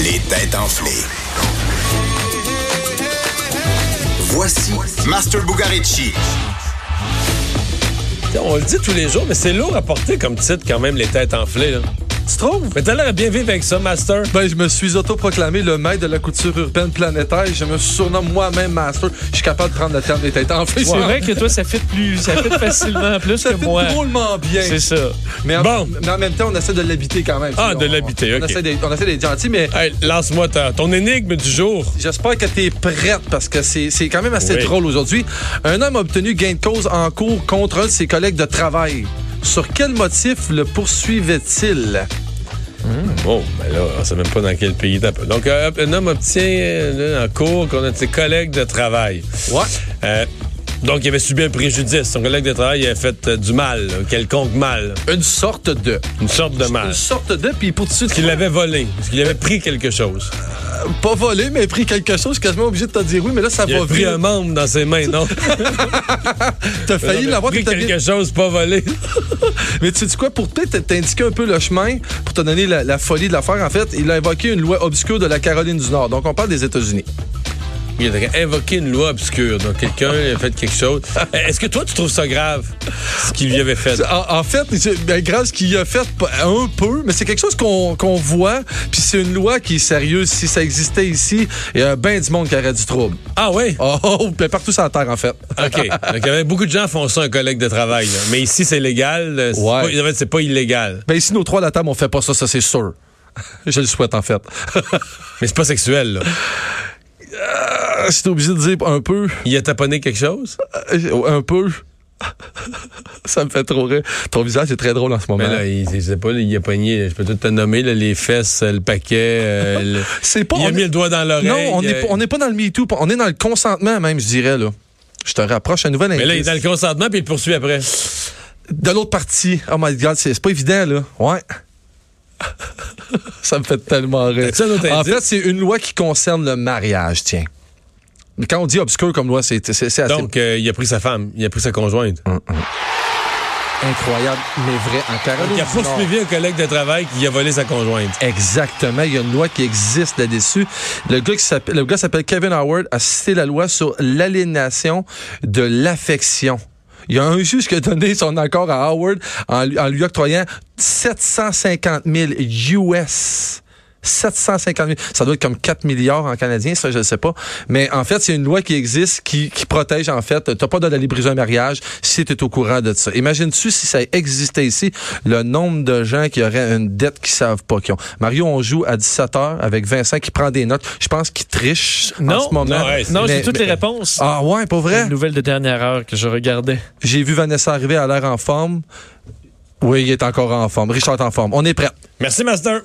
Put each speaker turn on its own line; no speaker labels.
Les têtes enflées. Voici Master Bugarici.
Tiens, On le dit tous les jours, mais c'est lourd à porter comme titre quand même, les têtes enflées. Là. Tu trouves? Mais t'as l'air à bien vivre avec ça, Master.
Ben, je me suis autoproclamé le maître de la couture urbaine planétaire. Je me surnomme moi-même master. Je suis capable de prendre le terme des têtes enflées.
C'est vrai que toi, ça fait plus, ça fait facilement plus
Ça
que
fait
moi.
drôlement bien.
C'est ça.
Mais en,
Bon.
mais en même temps, on essaie de l'habiter quand même.
Ah,
On-
de l'habiter,
On
ok.
essaie d'être- on essaie d'être gentil, mais
Hey, lance-moi ta- ton énigme du jour.
J'espère que tu es prête parce que c'est c'est quand même assez
Oui.
drôle aujourd'hui. Un homme a obtenu gain de cause en cours contre un de ses collègues de travail. Sur quel motif le poursuivait-il?
Oh, ben là, on sait même pas dans quel pays t'as pas. Donc, euh, un homme obtient euh, un cours qu'on a de ses collègues de travail.
Ouais.
Euh, donc, il avait subi un préjudice. Son collègue de travail il avait fait euh, du mal, un quelconque mal,
Une sorte de.
une sorte de mal.
Une sorte de, puis poursuit.
Parce qu'il l'avait volé, parce qu'il avait pris quelque chose.
Pas volé, mais pris quelque chose. Je suis quasiment obligé de te dire oui, mais là, ça
Il
va
a pris
vite.
un membre dans ses mains, non?
T'as failli
Il a
l'avoir,
pris
puis t'as bien-
quelque chose, pas volé.
Mais tu sais quoi, pour peut-être t'indiquer un peu le chemin, pour te donner la, la folie de l'affaire, en fait, il a invoqué une loi obscure de la Caroline du Nord. Donc, on parle des États-Unis.
Il a invoqué une loi obscure. Donc, quelqu'un a fait quelque chose. Est-ce que toi, tu trouves ça grave, ce qu'il lui avait fait?
En, en fait, c'est- ben, grâce ce qu'il a fait p- un peu, mais c'est quelque chose qu'on qu'on voit, puis c'est une loi qui est sérieuse. Si ça existait ici, il y a bien du monde qui aurait du trouble.
Ah oui?
Oh, oh, oh, ben, partout sur la Terre, en fait.
OK. Donc, il y avait beaucoup de gens font ça, un collègue de travail. là. Mais ici, c'est légal. euh, C'est
Ouais.
pas- en fait, c'est pas illégal.
Ben, ici, nos trois à la table, on fait pas ça, ça c'est sûr. Je le souhaite, en fait.
Mais c'est pas sexuel, là.
Ah, si t'es obligé de dire un peu,
Il a taponné quelque chose?
euh, un peu... Ça me fait trop rire. Ton visage est très drôle en ce moment.
Mais là, il, je sais pas, il a pogné, je peux tout te nommer, là, les fesses, euh, le paquet. euh, le-
C'est pas-
Il a
on
mis
est-
le doigt dans l'oreille.
non, on n'est
euh,
pas- on n'est pas dans le MeToo, on est dans le consentement même, je dirais. là. Je te rapproche un nouvel
Mais là, il est
indice.
dans le consentement, puis il le poursuit après.
De l'autre partie. Oh my god, c'est c'est pas évident, là. Ouais. ça me fait tellement rire.
T'as-tu un autre
En
indice?
fait, c'est une loi qui concerne le mariage, tiens. Mais Quand on dit obscur comme loi, c'est c'est- Ah, c'est Hum. assez
Donc, euh, il a pris sa femme, il a pris sa conjointe.
incroyable, mais vrai. En Caroline
Il a
du Nord.
poursuivi un collègue de travail qui a volé sa conjointe.
Exactement. Il y a une loi qui existe là-dessus. Le gars qui s'appelle, le gars s'appelle Kevin Howard a cité la loi sur l'aliénation de l'affection. Il y a un juge qui a donné son accord à Howard en, lui- en lui octroyant 750 000 US. 750 000. Ça doit être comme 4 milliards en canadien, ça, je ne sais pas. Mais en fait, c'est une loi qui existe qui, qui protège, en fait, t'as pas de la briser un mariage si tu es au courant de ça. Imagine-tu si ça existait ici, le nombre de gens qui auraient une dette qu'ils savent pas qu'ils ont. Mario, on joue à 17 h avec Vincent qui prend des notes. Je pense qu'il triche en
Non,
ce moment.
non, ouais,
Non, j'ai
Mais-
toutes
mais-
les réponses.
Ah ouais, pour vrai?
Une nouvelle de dernière heure que je regardais.
J'ai vu Vanessa arriver à l'air en forme. Oui, il est encore en forme. Richard est en forme. On est prêt.
Merci, Master.